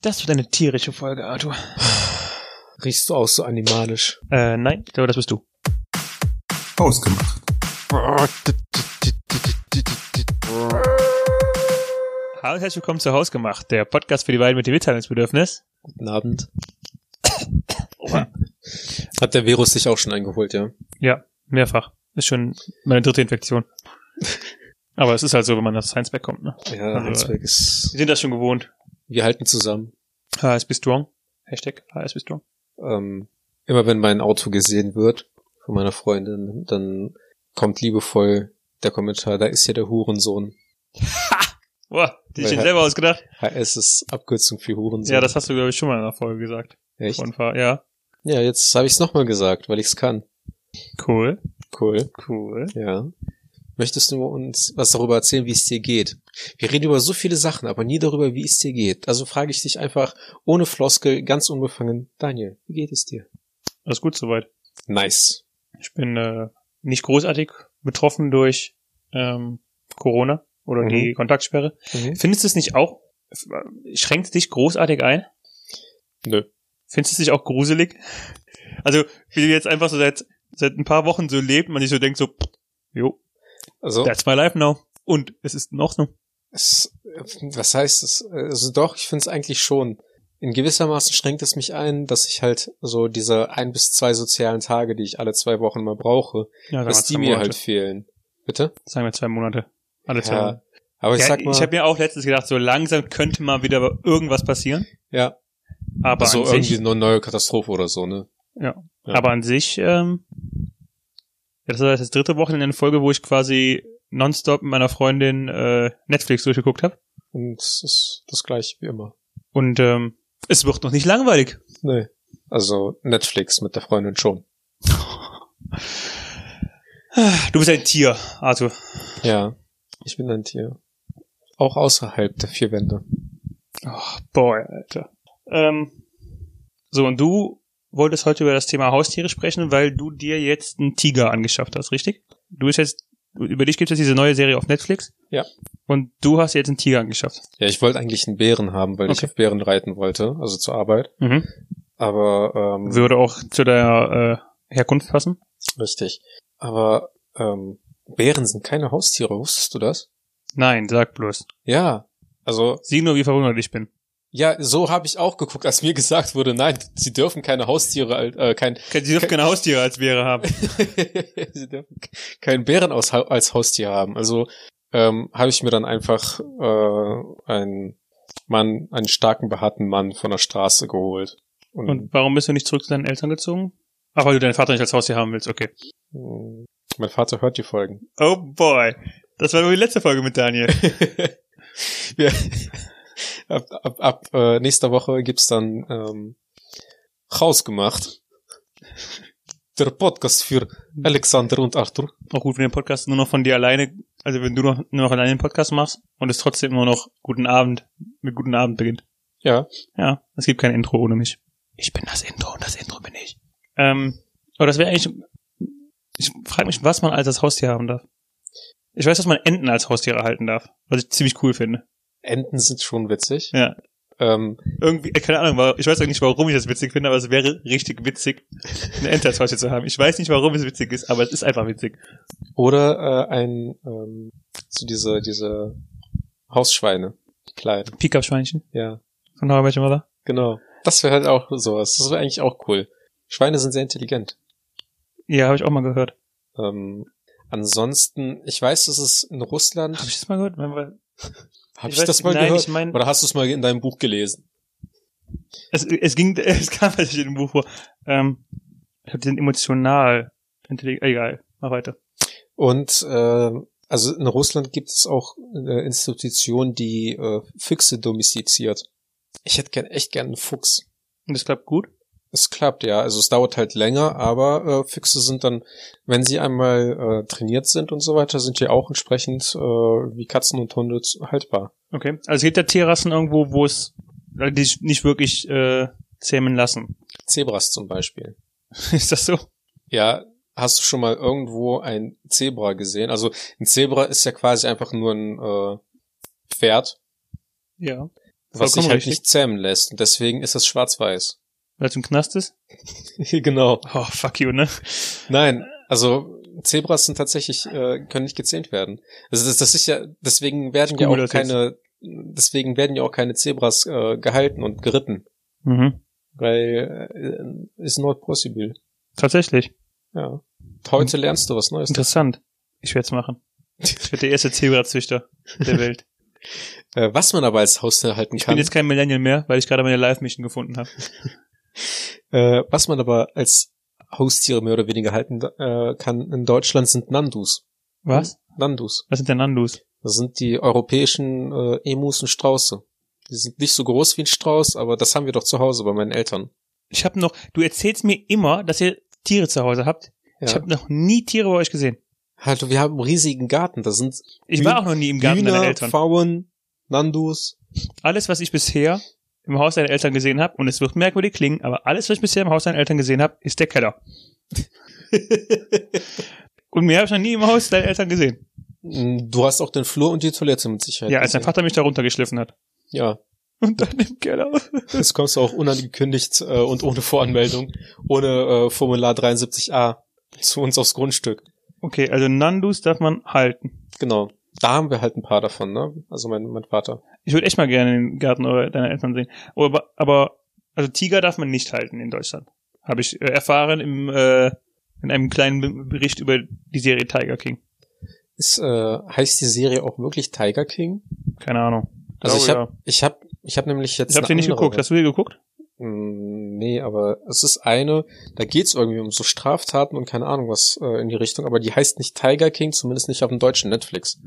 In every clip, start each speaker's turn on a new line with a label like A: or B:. A: Das wird eine tierische Folge, Arthur.
B: Riechst du auch so animalisch?
A: Äh, nein, ich glaube, das bist du.
C: Ausgemacht.
A: Hallo und herzlich willkommen zu Hausgemacht, der Podcast für die beiden mit dem Mitteilungsbedürfnis.
B: Guten Abend. Hat der Virus sich auch schon eingeholt, ja?
A: Ja, mehrfach. Ist schon meine dritte Infektion. Aber es ist halt so, wenn man aus Science kommt, ne?
B: Ja,
A: Also,
B: Heinsberg ist.
A: Wir sind das schon gewohnt.
B: Wir halten zusammen.
A: HSB Strong. Hashtag HSB Strong.
B: Ähm, immer wenn mein Auto gesehen wird von meiner Freundin, dann kommt liebevoll der Kommentar, da ist ja der Hurensohn.
A: Boah, die ist
B: Weil
A: schon
B: halt-
A: selber ausgedacht.
B: HS ist Abkürzung für Hurensohn.
A: Ja, das hast du, glaube ich, schon mal in einer Folge gesagt.
B: Echt?
A: Vor ein paar- Ja.
B: Ja, jetzt habe ich es nochmal gesagt, weil ich es kann.
A: Cool.
B: Cool.
A: Cool.
B: Ja. Möchtest du uns was darüber erzählen, wie es dir geht? Wir reden über so viele Sachen, aber nie darüber, wie es dir geht. Also frage ich dich einfach ohne Floskel, ganz unbefangen, Daniel, wie geht es dir?
A: Alles gut soweit.
B: Nice.
A: Ich bin äh, nicht großartig betroffen durch ähm, Corona oder
B: Mhm.
A: die Kontaktsperre. Findest du es nicht auch, f- schränkt es dich großartig ein?
B: Nö.
A: Findest du es nicht auch gruselig? Also, wie du jetzt einfach so seit, seit ein paar Wochen so lebt, man sich so denkt so, pff, jo,
B: Also,
A: that's my life now. Und es ist in Ordnung.
B: es, was heißt es? Also doch, ich finde es eigentlich schon. In gewissermaßen schränkt es mich ein, dass ich halt so diese ein bis zwei sozialen Tage, die ich alle zwei Wochen mal brauche,
A: Ja, sagen wir
B: dass die
A: zwei
B: mir
A: Monate.
B: halt fehlen. Bitte?
A: Sagen wir zwei Monate. Alle zwei Monate.
B: Ja. Aber ich
A: ja,
B: sag mal,
A: ich habe mir auch letztens gedacht, so langsam könnte mal wieder irgendwas passieren.
B: ja,
A: Aber
B: so
A: an sich,
B: irgendwie eine neue Katastrophe oder so, ne? Ja.
A: Aber an sich, ähm, ja, das war jetzt das dritte Wochenende in Folge, wo ich quasi nonstop mit meiner Freundin äh, Netflix durchgeguckt habe.
B: Und es ist das gleiche wie immer.
A: Und ähm, es wird noch nicht langweilig.
B: Nee. Also Netflix mit der Freundin schon.
A: Du bist ein Tier, Arthur.
B: Ja. Ich bin ein Tier. Auch außerhalb der vier Wände.
A: Oh, boy, Alter. Ähm, so, und du wolltest heute über das Thema Haustiere sprechen, weil du dir jetzt einen Tiger angeschafft hast, richtig? Du bist jetzt, über dich gibt es diese neue Serie auf Netflix.
B: Ja.
A: Und du hast jetzt einen Tiger angeschafft.
B: Ja, ich wollte eigentlich einen Bären haben, weil ich
A: Okay.
B: auf Bären reiten wollte, also zur Arbeit.
A: Mhm.
B: Aber ähm,
A: Würde auch zu der äh, Herkunft passen.
B: richtig. Aber ähm, Bären sind keine Haustiere, wusstest du das?
A: Nein, sag bloß.
B: Ja. Also,
A: Sieh nur, wie verwundert ich bin.
B: ja, so habe ich auch geguckt, als mir gesagt wurde, nein, sie dürfen keine Haustiere, als- äh, kein,
A: Sie dürfen keine Haustiere als Beere haben.
B: sie dürfen keinen Bären aus, Ha- als Haustier haben. Also ähm, habe ich mir dann einfach äh, einen Mann, einen starken, behaarten Mann von der Straße geholt. Und,
A: Und warum bist du nicht zurück zu deinen Eltern gezogen? Ach, weil du deinen Vater nicht als Haustier haben willst, okay.
B: mh, äh, mein Vater hört die Folgen.
A: Oh boy. Das war nur die letzte Folge mit Daniel.
B: Wir, ab ab, ab äh, nächster Woche gibt's dann ähm, rausgemacht. Der Podcast für Alexander und Arthur.
A: Auch gut, wenn der Podcast nur noch von dir alleine, also wenn du noch, nur noch alleine den Podcast machst und es trotzdem nur noch guten Abend, mit guten Abend beginnt.
B: Ja.
A: Ja, es gibt kein Intro ohne mich. Ich bin das Intro und das Intro bin ich. Ähm, aber das wäre eigentlich, ich frage mich, was man als, als Haustier haben darf. Ich weiß, dass man Enten als Haustiere halten darf, was ich ziemlich cool finde.
B: Enten sind schon witzig.
A: Ja.
B: Ähm,
A: Irgendwie, äh, keine Ahnung, war- ich weiß auch nicht, warum ich das witzig finde, aber es wäre richtig witzig, eine Ente als Haustier zu haben. Ich weiß nicht, warum es witzig ist, aber es ist einfach witzig.
B: Oder äh, ein ähm, so diese diese Hausschweine Kleid.
A: Pickup-Schweinchen
B: Ja,
A: von How I Met Your Mother.
B: genau. Das wäre halt auch sowas. Das wäre eigentlich auch cool. Schweine sind sehr intelligent.
A: Ja, habe ich auch mal gehört.
B: Ähm, ansonsten, ich weiß, das ist in Russland.
A: Habe
B: Habe
A: ich
B: ich,
A: das mal gehört? Mein- weil- weiß-
B: das mal
A: nein,
B: gehört?
A: Ich mein,
B: Oder hast du es mal in deinem Buch gelesen?
A: es, es ging, es kam tatsächlich in dem Buch vor. Ähm, ich glaube, die sind emotional intelligent. Egal, mach weiter.
B: Und äh, also in Russland gibt es auch äh, Institutionen, die äh, Füchse domestiziert. Ich hätte gern, echt gern einen Fuchs.
A: Und das klappt gut.
B: Es klappt, ja. Also es dauert halt länger, aber äh, Füchse sind dann, wenn sie einmal äh, trainiert sind und so weiter, sind die auch entsprechend äh, wie Katzen und Hunde z- haltbar.
A: Okay. Also es gibt ja Tierrassen irgendwo, wo es äh, die sich nicht wirklich äh, zähmen lassen.
B: Zebras zum Beispiel.
A: Ist das so?
B: Ja, hast du schon mal irgendwo ein Zebra gesehen? Also ein Zebra ist ja quasi einfach nur ein äh, Pferd.
A: Ja.
B: was sich
A: Vollkommen
B: halt
A: richtig.
B: nicht zähmen lässt. Und deswegen ist es schwarz-weiß.
A: Weil es im Knast ist?
B: genau.
A: Oh, fuck you, ne?
B: Nein, also Zebras sind tatsächlich, äh, können nicht gezähmt werden. Also das, das ist ja, deswegen werden ja
A: Google
B: auch
A: das jetzt.
B: keine, deswegen werden ja auch keine Zebras äh, gehalten und geritten.
A: Mhm.
B: Weil äh, is not possible.
A: Tatsächlich.
B: Ja. Heute lernst du was Neues.
A: Interessant. Ich werde es machen. Ich werde der erste Zebrazüchter der Welt.
B: Äh, was man aber als Haustier halten
A: Ich bin
B: kann,
A: jetzt kein Millennial mehr, weil ich gerade meine Live-Mission gefunden habe.
B: äh, was man aber als Haustiere mehr oder weniger halten äh, kann in Deutschland sind Nandus.
A: Was?
B: Nandus.
A: Hm? Was sind denn Nandus?
B: Das sind die europäischen äh, Emus und Strauße. Die sind nicht so groß wie ein Strauß, aber das haben wir doch zu Hause bei meinen Eltern.
A: Ich habe noch, du erzählst mir immer, dass ihr Tiere zu Hause habt.
B: Ja.
A: Ich habe noch nie Tiere bei euch gesehen.
B: Hallo, Halt, wir haben einen riesigen Garten. Da sind
A: Ich
B: Hü-
A: war auch noch nie im Garten
B: Hühner,
A: deiner Eltern.
B: Pfauen, Nandus.
A: Alles, was ich bisher im Haus deiner Eltern gesehen habe, und es wird merkwürdig klingen, aber alles, was ich bisher im Haus deiner Eltern gesehen habe, ist der Keller. Und mehr habe ich noch nie im Haus deiner Eltern gesehen.
B: Hm, du hast auch den Flur und die Toilette mit Sicherheit.
A: Ja, als dein
B: gesehen.
A: Vater mich da runtergeschliffen hat.
B: Ja,
A: Und dann im Keller.
B: das kommst du auch unangekündigt äh, und ohne Voranmeldung, ohne äh, Formular 73a zu uns aufs Grundstück.
A: Okay, also Nandus darf man halt halten.
B: Genau. Da haben wir halt ein paar davon, ne? Also mein, mein Vater.
A: Ich würde echt mal gerne den Garten eurer- deiner Eltern sehen. Oh, Aber, aber also Tiger darf man nicht halten in Deutschland. Habe ich äh, erfahren im, äh, in einem kleinen Be- Bericht über die Serie Tiger King.
B: Ist, äh, heißt die Serie auch wirklich Tiger King?
A: Keine Ahnung.
B: Also ich
A: Glaube,
B: habe ich hab, ich hab nämlich jetzt
A: Ich habe
B: eine
A: sie nicht
B: andere-
A: geguckt. Hast du sie geguckt?
B: Mm, Nee, aber es ist eine, da geht's irgendwie um so Straftaten und keine Ahnung was äh, in die Richtung, aber die heißt nicht Tiger King, zumindest nicht auf dem deutschen Netflix.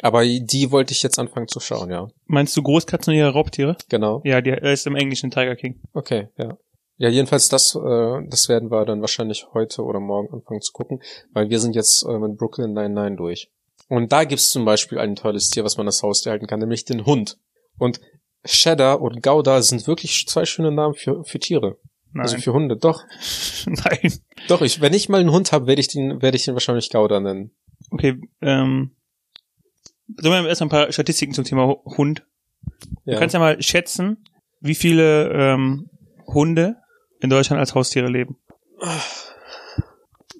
B: Aber die wollte ich jetzt anfangen zu schauen, ja.
A: Meinst du Großkatzen und ihre Raubtiere?
B: Genau.
A: Ja, die äh, ist im Englischen Tiger King.
B: Okay, ja. Ja, jedenfalls das, äh, das werden wir dann wahrscheinlich heute oder morgen anfangen zu gucken, weil wir sind jetzt äh, mit Brooklyn Nine-Nine durch. Und da gibt's zum Beispiel ein tolles Tier, was man als Haustier halten kann, nämlich den Hund. Und Cheddar und Gouda sind wirklich zwei schöne Namen für, für Tiere.
A: Nein.
B: Also für Hunde, doch.
A: Nein.
B: Doch, ich, wenn ich mal einen Hund habe, werde ich den, werde ich den wahrscheinlich Gouda nennen.
A: Okay, ähm. Sollen wir erst mal ein paar Statistiken zum Thema Hu- Hund?
B: Ja.
A: Du kannst ja mal schätzen, wie viele ähm, Hunde in Deutschland als Haustiere leben.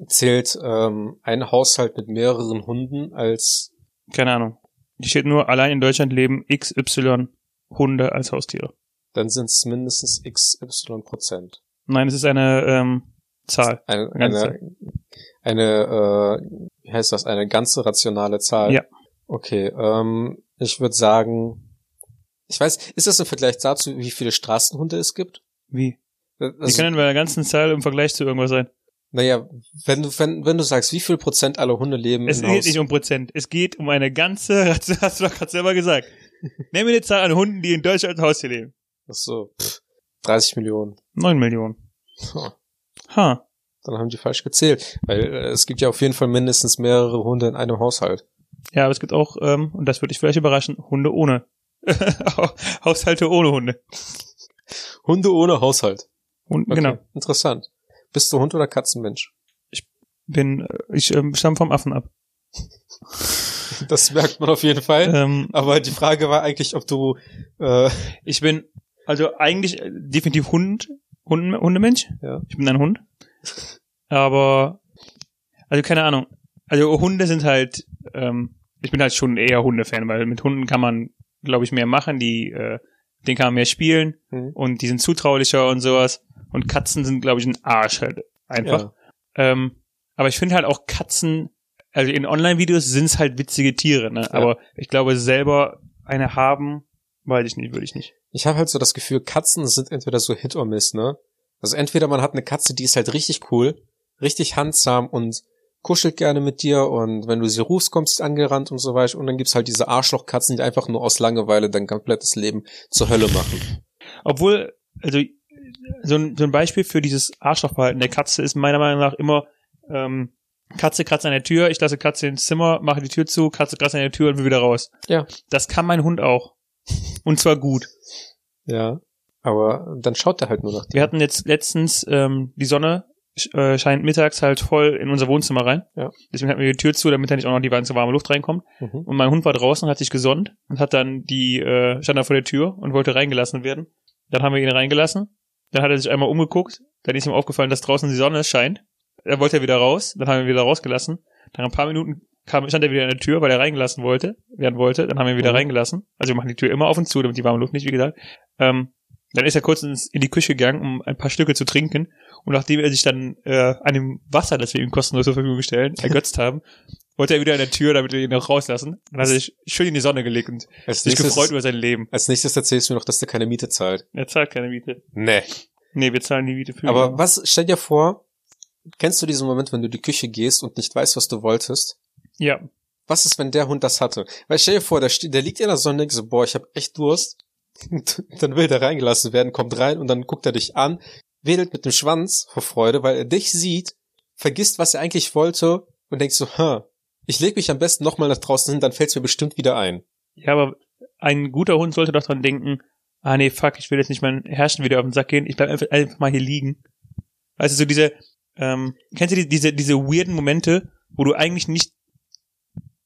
B: Zählt ähm, ein Haushalt mit mehreren Hunden als
A: Keine Ahnung. Hier steht nur, allein in Deutschland leben XY Hunde als Haustiere.
B: dann sind es mindestens xy Prozent.
A: Nein, es ist eine ähm, Zahl.
B: Eine,
A: Ganze.
B: eine, eine äh, wie heißt das, eine ganze rationale Zahl.
A: Ja.
B: Okay, ähm, ich würde sagen, ich weiß, ist das im Vergleich dazu, wie viele Straßenhunde es gibt?
A: Wie?
B: Das-
A: Die können bei der ganzen Zahl im Vergleich zu irgendwas sein.
B: naja, wenn du, wenn, wenn du sagst, wie viel Prozent aller Hunde leben
A: Es
B: im
A: geht
B: Haus?
A: nicht um Prozent. Es geht um eine ganze, hast du doch gerade selber gesagt. Nenn mir eine Zahl an Hunden, die in Deutschland als Haustier leben.
B: Ach so, pff, 30 Millionen.
A: Neun Millionen.
B: Huh.
A: Ha.
B: Dann haben die falsch gezählt, weil äh, es gibt ja auf jeden Fall mindestens mehrere Hunde in einem Haushalt.
A: Ja, aber es gibt auch, ähm, und das würde ich vielleicht überraschen, Hunde ohne. Haushalte ohne Hunde.
B: Hunde ohne Haushalt.
A: Hunde,
B: Okay,
A: Genau.
B: Interessant. Bist du Hund oder Katzenmensch?
A: Bin, äh, ich ähm, stamme vom Affen ab.
B: Das merkt man auf jeden Fall.
A: Ähm,
B: Aber die Frage war eigentlich, ob du äh,
A: ich bin, also eigentlich äh, definitiv Hund, Hund Hundemensch.
B: Ja.
A: Ich bin ein Hund. Aber, also keine Ahnung. Also Hunde sind halt, ähm, ich bin halt schon eher Hundefan, weil mit Hunden kann man, glaube ich, mehr machen. Die, äh, den kann man mehr spielen
B: Mhm.
A: und die sind zutraulicher und sowas. Und Katzen sind, glaube ich, ein Arsch halt einfach.
B: ja,
A: Ähm, aber ich finde halt auch Katzen, also in Online-Videos sind's halt witzige Tiere, ne? Aber ich glaube, selber eine haben, weiß ich nicht, würde ich nicht.
B: ich habe halt so das Gefühl, Katzen sind entweder so Hit or Miss, ne? Also entweder man hat eine Katze, die ist halt richtig cool, richtig handsam und kuschelt gerne mit dir und wenn du sie rufst, kommt sie angerannt und so weiter. Und dann gibt's halt diese Arschlochkatzen, die einfach nur aus Langeweile dein komplettes Leben zur Hölle machen.
A: Obwohl, also so ein, so ein Beispiel für dieses Arschlochverhalten der Katze ist meiner Meinung nach immer ähm, Katze kratzt an der Tür, ich lasse Katze ins Zimmer, mache die Tür zu, Katze kratzt an der Tür und will wieder raus.
B: Ja.
A: Das kann mein Hund auch. Und zwar gut.
B: Ja. Aber dann schaut er halt nur nach dir.
A: Wir hatten jetzt letztens ähm, die Sonne sch- äh, scheint mittags halt voll in unser Wohnzimmer rein.
B: Ja.
A: Deswegen hatten wir die Tür zu, damit da nicht auch noch die ganze warme Luft reinkommt.
B: Mhm.
A: Und mein Hund war draußen, hat sich gesonnt und hat dann die, äh, stand da vor der Tür und wollte reingelassen werden. Dann haben wir ihn reingelassen. Dann hat er sich einmal umgeguckt. Dann ist ihm aufgefallen, dass draußen die Sonne scheint. Dann wollte er wieder raus. Dann haben wir ihn wieder rausgelassen. Nach ein paar Minuten kam, stand er wieder in der Tür, weil er reingelassen wollte, werden wollte. Dann haben wir ihn wieder
B: Mhm.
A: reingelassen. Also wir machen die Tür immer auf und zu, damit die warme Luft nicht, wie gesagt. Ähm, dann ist er kurz ins, in die Küche gegangen, um ein paar Stücke zu trinken. Und nachdem er sich dann äh, an dem Wasser, das wir ihm kostenlos zur Verfügung stellen, ergötzt haben, wollte er wieder an der Tür, damit wir ihn noch rauslassen. Dann hat er sich schön in die Sonne gelegt und
B: Als
A: sich
B: nächstes,
A: gefreut über sein Leben.
B: als nächstes erzählst du mir noch, dass der keine Miete zahlt.
A: Er zahlt keine Miete.
B: Nee.
A: Nee, wir zahlen die Miete für ihn.
B: Aber was, stell dir vor, kennst du diesen Moment, wenn du in die Küche gehst und nicht weißt, was du wolltest?
A: Ja,
B: Was ist, wenn der Hund das hatte? Weil stell dir vor, der, steht- der liegt in der Sonne, denkt so, boah, ich habe echt Durst. Und dann will der reingelassen werden, kommt rein und dann guckt er dich an, wedelt mit dem Schwanz vor Freude, weil er dich sieht, vergisst, was er eigentlich wollte und denkt so, hm, ich leg mich am besten nochmal nach draußen hin, dann fällt's mir bestimmt wieder ein.
A: ja, aber ein guter Hund sollte doch dran denken, ah nee, fuck, ich will jetzt nicht mein Herrschen wieder auf den Sack gehen, ich bleib einfach, einfach mal hier liegen. Also so diese, ähm, kennst du die, diese, diese weirden Momente, wo du eigentlich nicht,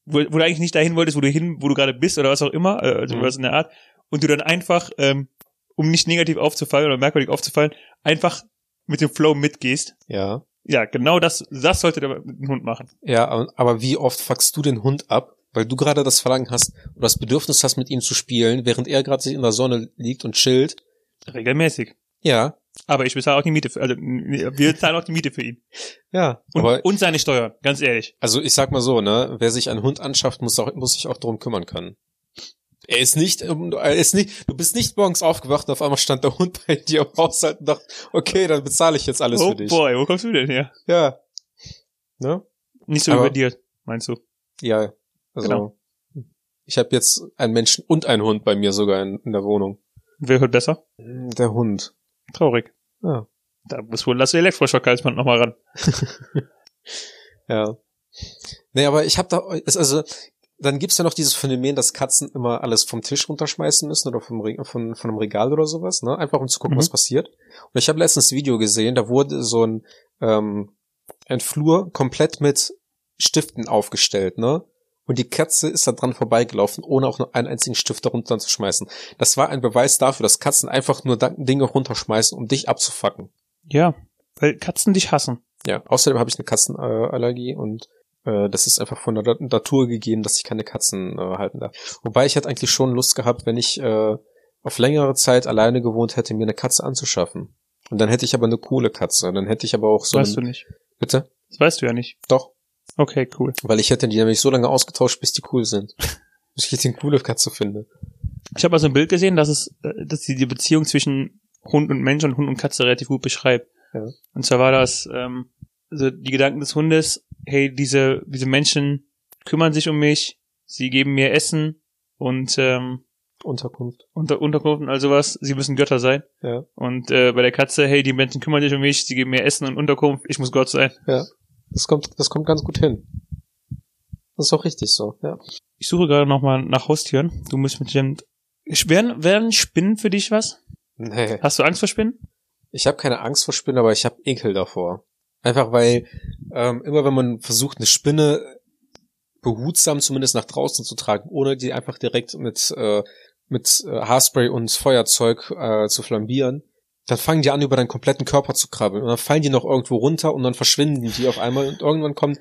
A: wo, wo du eigentlich nicht dahin wolltest, wo du hin, wo du gerade bist oder was auch immer, äh, also
B: Mhm.
A: was in der Art, und du dann einfach, ähm, um nicht negativ aufzufallen oder merkwürdig aufzufallen, einfach mit dem Flow mitgehst.
B: Ja.
A: Ja, genau das, das sollte der Hund machen.
B: Ja, aber- aber wie oft fuckst du den Hund ab, weil du gerade das Verlangen hast oder das Bedürfnis hast, mit ihm zu spielen, während er gerade in der Sonne liegt und chillt?
A: Regelmäßig.
B: Ja.
A: Aber ich bezahle auch die Miete, für, also wir zahlen auch die Miete für ihn.
B: Ja.
A: Und,
B: aber
A: und seine Steuern, ganz ehrlich.
B: Also ich sag mal so, ne, wer sich einen Hund anschafft, muss, auch, muss sich auch drum kümmern können. Er ist nicht, ähm, er ist nicht, du bist nicht morgens aufgewacht und auf einmal stand der Hund bei dir im Haushalt und dachte, okay, dann bezahle ich jetzt alles
A: oh
B: für dich.
A: boy, wo kommst du denn her?
B: Ja. Ne?
A: Nicht so
B: Aber-
A: über dir, meinst du?
B: Ja. Also
A: Genau.
B: ich habe jetzt einen Menschen und einen Hund bei mir sogar in, in der Wohnung.
A: Wer hört besser?
B: Der Hund.
A: Traurig.
B: Ja.
A: Da muss wohl das Elektroschock als man nochmal ran.
B: Ja. Nee, aber ich habe da, es- also, dann gibt's ja noch dieses Phänomen, dass Katzen immer alles vom Tisch runterschmeißen müssen oder vom Re von, von einem Regal oder sowas, ne? Einfach um zu gucken,
A: Mhm.
B: was passiert. Und ich habe letztens ein Video gesehen, da wurde so ein, ähm, ein Flur komplett mit Stiften aufgestellt, ne? Und die Katze ist da dran vorbeigelaufen, ohne auch nur einen einzigen Stift darunter zu schmeißen. Das war ein Beweis dafür, dass Katzen einfach nur da- Dinge runterschmeißen, um dich abzufacken.
A: Ja, weil Katzen dich hassen.
B: Ja, außerdem habe ich eine Katzenallergie äh, Allergie und äh, das ist einfach von der Dat- Natur gegeben, dass ich keine Katzen äh, halten darf. Wobei ich hätte eigentlich schon Lust gehabt, wenn ich äh, auf längere Zeit alleine gewohnt hätte, mir eine Katze anzuschaffen. Und dann hätte ich aber eine coole Katze. Und dann hätte ich aber auch
A: Das
B: so
A: weißt du
B: einen-
A: nicht.
B: Bitte?
A: Das weißt du ja nicht.
B: Doch.
A: Okay, cool.
B: Weil ich hätte die nämlich so lange ausgetauscht, bis die cool sind. bis ich eine coole Katze finde.
A: Ich habe mal so ein Bild gesehen, dass es, äh, dass sie die Beziehung zwischen Hund und Mensch und Hund und Katze relativ gut beschreibt.
B: Ja.
A: Und zwar war das, ähm, also die Gedanken des Hundes, hey, diese, diese Menschen kümmern sich um mich, sie geben mir Essen und ähm,
B: Unterkunft.
A: unter Unterkunft und all sowas, sie müssen Götter sein.
B: Ja.
A: Und äh, bei der Katze, hey, die Menschen kümmern sich um mich, sie geben mir Essen und Unterkunft, ich muss Gott sein.
B: Das kommt, das kommt ganz gut hin. Das ist auch richtig so, ja.
A: Ich suche gerade nochmal nach Haustieren. Du musst mit dem. Ich- Wären, wären Spinnen für dich was?
B: Nee.
A: Hast du Angst vor Spinnen?
B: Ich habe keine Angst vor Spinnen, aber ich habe Ekel davor. Einfach weil ähm, immer wenn man versucht, eine Spinne behutsam zumindest nach draußen zu tragen, ohne die einfach direkt mit äh, mit äh, Haarspray und Feuerzeug äh, zu flambieren, dann fangen die an, über deinen kompletten Körper zu krabbeln und dann fallen die noch irgendwo runter und dann verschwinden die auf einmal und irgendwann kommen,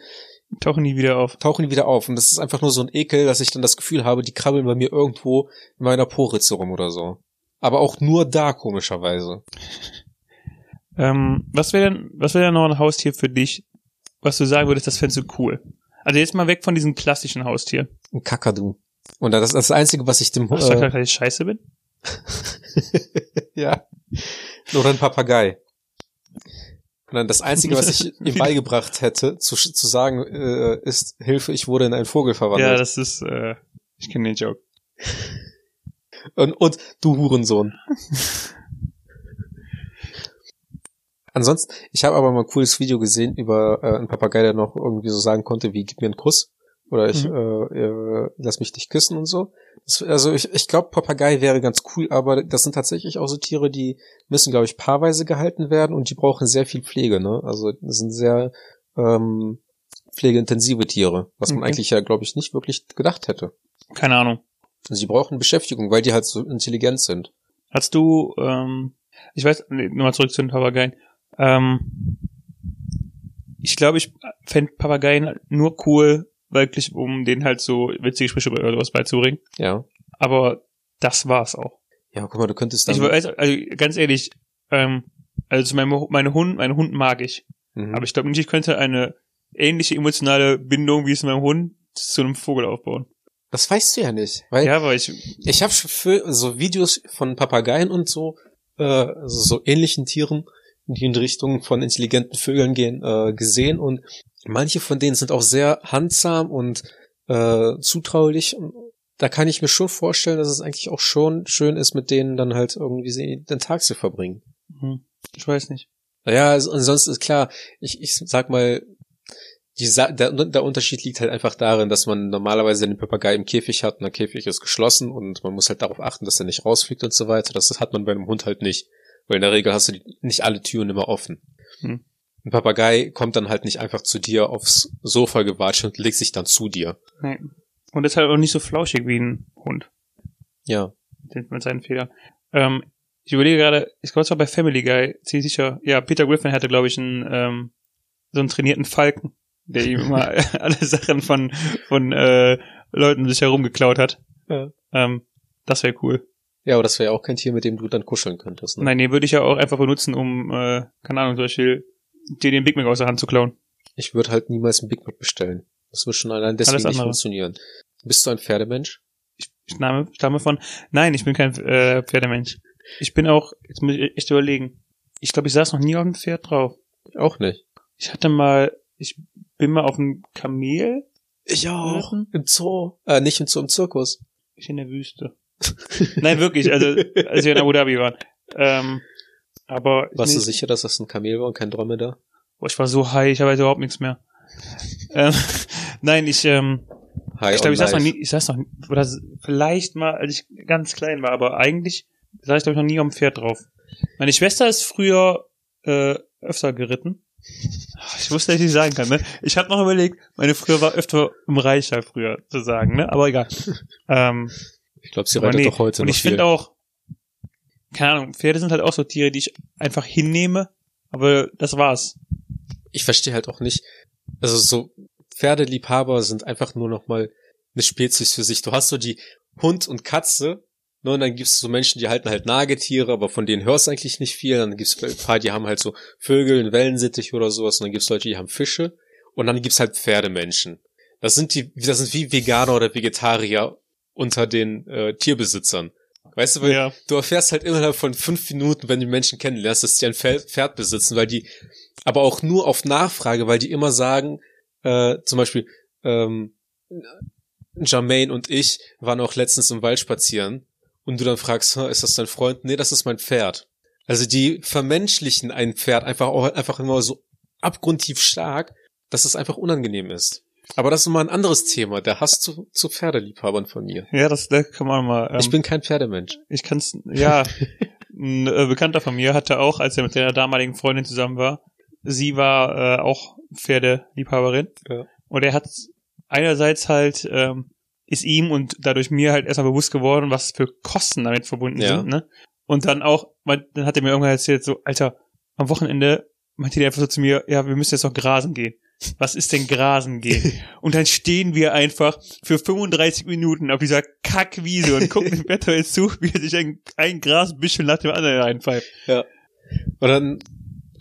A: Tauchen nie wieder auf.
B: tauchen die wieder auf und das ist einfach nur so ein Ekel, dass ich dann das Gefühl habe, die krabbeln bei mir irgendwo in meiner Poritze rum oder so. Aber auch nur da komischerweise.
A: Ähm, was wäre denn, was wäre denn noch ein Haustier für dich, was du sagen würdest, das fändest du cool? Also jetzt mal weg von diesen klassischen Haustieren.
B: Ein Kakadu. Und das ist das Einzige, was ich dem
A: Hast du
B: äh,
A: gesagt, dass ich scheiße bin?
B: ja. Oder ein Papagei. Nein, das Einzige, was ich ihm beigebracht hätte, zu, sch- zu sagen, äh, ist Hilfe, ich wurde in einen Vogel
A: Ja,
B: verwandelt.
A: das ist, äh, ich kenne den Joke.
B: und, und du Hurensohn. Ansonsten, ich habe aber mal ein cooles Video gesehen über äh, einen Papagei, der noch irgendwie so sagen konnte, wie gib mir einen Kuss. Oder ich
A: Mhm.
B: äh, äh, lass mich nicht küssen und so. Das, also ich, ich glaube, Papagei wäre ganz cool, aber das sind tatsächlich auch so Tiere, die müssen, glaube ich, paarweise gehalten werden und die brauchen sehr viel Pflege, ne? Also das sind sehr ähm, pflegeintensive Tiere, was man
A: Okay.
B: eigentlich ja, glaube ich, nicht wirklich gedacht hätte.
A: Keine Ahnung.
B: Also die brauchen Beschäftigung, weil die halt so intelligent sind.
A: Hast du, ähm, ich weiß, nee, nochmal zurück zu den Papageien. Ähm, ich glaube, ich fänd Papageien nur cool, wirklich, um denen halt so witzige Sprüche oder sowas beizubringen.
B: Ja.
A: Aber das war's auch.
B: Ja, guck mal, du könntest dann.
A: Ich weiß, also ganz ehrlich, ähm, also meine, meine Hund, meinen Hund mag ich.
B: Mhm.
A: Aber ich glaube nicht, ich könnte eine ähnliche emotionale Bindung, wie es meinem Hund zu einem Vogel aufbauen.
B: das weißt du ja nicht. Weil
A: Ja, aber ich,
B: Ich habe so Videos von Papageien und so, äh, so ähnlichen Tieren, die in Richtung von intelligenten Vögeln gehen, äh, gesehen und manche von denen sind auch sehr handsam und äh, zutraulich. Und Da kann ich mir schon vorstellen, dass es eigentlich auch schon schön ist, mit denen dann halt irgendwie sie- den Tag zu verbringen.
A: hm, ich weiß nicht.
B: Ja, also ansonsten ist klar, ich, ich sag mal, die Sa der, der Unterschied liegt halt einfach darin, dass man normalerweise den Papagei im Käfig hat und der Käfig ist geschlossen und man muss halt darauf achten, dass er nicht rausfliegt und so weiter. Das hat man bei einem Hund halt nicht. Weil in der Regel hast du die, nicht alle Türen immer offen.
A: Hm.
B: Ein Papagei kommt dann halt nicht einfach zu dir aufs Sofa gewatscht und legt sich dann zu dir.
A: Nee. Und ist halt auch nicht so flauschig wie ein Hund
B: Ja.
A: mit den- mit seinen Federn. Ähm, ich überlege gerade, ich glaube, es war bei Family Guy, ziemlich sicher. Ja, Peter Griffin hatte, glaube ich, einen, ähm, so einen trainierten Falken, der ihm immer alle Sachen von, von äh, Leuten um sich herum geklaut hat.
B: Ja.
A: Ähm, das wäre cool.
B: Ja, aber das wäre ja auch kein Tier, mit dem du dann kuscheln könntest. Ne?
A: Nein, den würde ich ja auch einfach benutzen, um, äh, keine Ahnung, zum Beispiel dir den Big Mac aus der Hand zu klauen.
B: Ich würde halt niemals ein Big Mac bestellen. Das würde schon allein deswegen
A: Alles
B: nicht
A: andere.
B: funktionieren. Bist du ein Pferdemensch?
A: Ich stamme, stamme von, nein, ich bin kein äh, Pferdemensch. Ich bin auch, jetzt muss ich echt überlegen. Ich glaube, ich saß noch nie auf einem Pferd drauf.
B: Auch nicht.
A: Ich hatte mal, ich bin mal auf einem Kamel
B: Ich auch.
A: Mhm.
B: Im Zoo. Äh, nicht im Zoo, im Zirkus.
A: ich in der Wüste. nein, wirklich, also als wir in Abu Dhabi waren. Ähm, aber ich,
B: Warst du
A: nee,
B: sicher, dass das ein Kamel war und kein Dromedar?
A: boah, ich war so high, ich habe überhaupt nichts mehr. ähm, nein, ich, ähm,
B: Hi,
A: ich glaube, ich
B: on
A: saß noch
B: life.
A: nie, ich saß noch, nie- oder s- vielleicht mal, als ich ganz klein war, aber eigentlich saß ich, glaube ich, noch nie auf dem Pferd drauf. Meine Schwester ist früher äh, öfter geritten. Ich wusste, dass ich nicht sagen kann, ne? Ich habe noch überlegt, meine früher war öfter im Reichstag früher zu sagen, ne? Aber egal. ähm,
B: Ich glaube, sie
A: aber
B: reitet
A: nee.
B: doch heute
A: Und
B: noch
A: ich
B: viel.
A: finde auch, keine Ahnung, Pferde sind halt auch so Tiere, die ich einfach hinnehme, aber das war's.
B: ich verstehe halt auch nicht. Also so Pferdeliebhaber sind einfach nur noch mal eine Spezies für sich. Du hast so die Hund und Katze, ne, und dann gibt's so Menschen, die halten halt Nagetiere, aber von denen hörst du eigentlich nicht viel. Dann gibt's ein paar, die haben halt so Vögel, einen Wellensittich oder sowas. Und dann gibt's Leute, die haben Fische. Und dann gibt's halt Pferdemenschen. Das sind die, das sind wie Veganer oder Vegetarier unter den äh, Tierbesitzern. Weißt du, weil
A: Ja.
B: du erfährst halt innerhalb von fünf Minuten, wenn du Menschen kennenlernst, dass die ein Fel- Pferd besitzen, weil die, aber auch nur auf Nachfrage, weil die immer sagen, äh, zum Beispiel, ähm, Jermaine und ich waren auch letztens im Wald spazieren und du dann fragst, "Hä, ist das dein Freund? Nee, das ist mein Pferd. Also die vermenschlichen ein Pferd einfach auch halt einfach immer so abgrundtief stark, dass es einfach unangenehm ist. Aber das ist mal ein anderes Thema, der Hass zu, zu Pferdeliebhabern von mir.
A: Ja, das, das kann man auch mal. Ähm,
B: ich bin kein Pferdemensch.
A: Ich kann's, ja. Ein äh, Bekannter von mir hatte auch, als er mit seiner damaligen Freundin zusammen war, sie war äh, auch Pferdeliebhaberin.
B: Ja.
A: Und er hat einerseits halt, ähm, ist ihm und dadurch mir halt erstmal bewusst geworden, was für Kosten damit verbunden
B: Ja.
A: sind. Ne? Und dann auch, man, dann hat er mir irgendwann erzählt, so, Alter, am Wochenende meinte der einfach so zu mir, ja, wir müssen jetzt noch grasen gehen. Was ist denn grasen gehen? Und dann stehen wir einfach für 35 Minuten auf dieser Kackwiese und gucken dem Wetter jetzt zu, wie er sich ein, ein Grasbüschel nach dem anderen reinpfeift.
B: Und dann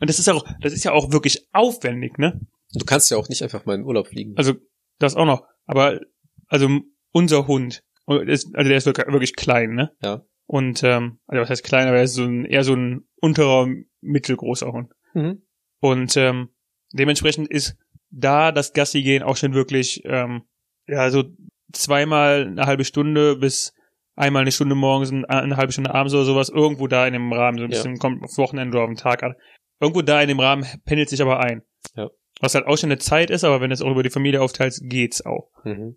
A: Und das ist ja auch, das ist ja auch wirklich aufwendig, ne?
B: Du kannst ja auch nicht einfach mal in Urlaub fliegen.
A: Also, das auch noch. Aber, also, unser Hund, und ist- also der ist wirklich wirklich klein, ne?
B: Ja.
A: Und, ähm, also was heißt klein, aber er ist so ein, eher so ein unterer, mittelgroßer Hund. Und ähm, dementsprechend ist da das Gassi gehen auch schon wirklich ähm, ja so zweimal eine halbe Stunde bis einmal eine Stunde morgens und eine halbe Stunde abends oder sowas irgendwo da in dem Rahmen so ein
B: Ja.
A: bisschen kommt aufs Wochenende oder auf den Tag an. Irgendwo da in dem Rahmen pendelt sich aber ein.
B: Ja.
A: Was halt auch schon eine Zeit ist, aber wenn du es auch über die Familie aufteilst, geht's auch.
B: Mhm.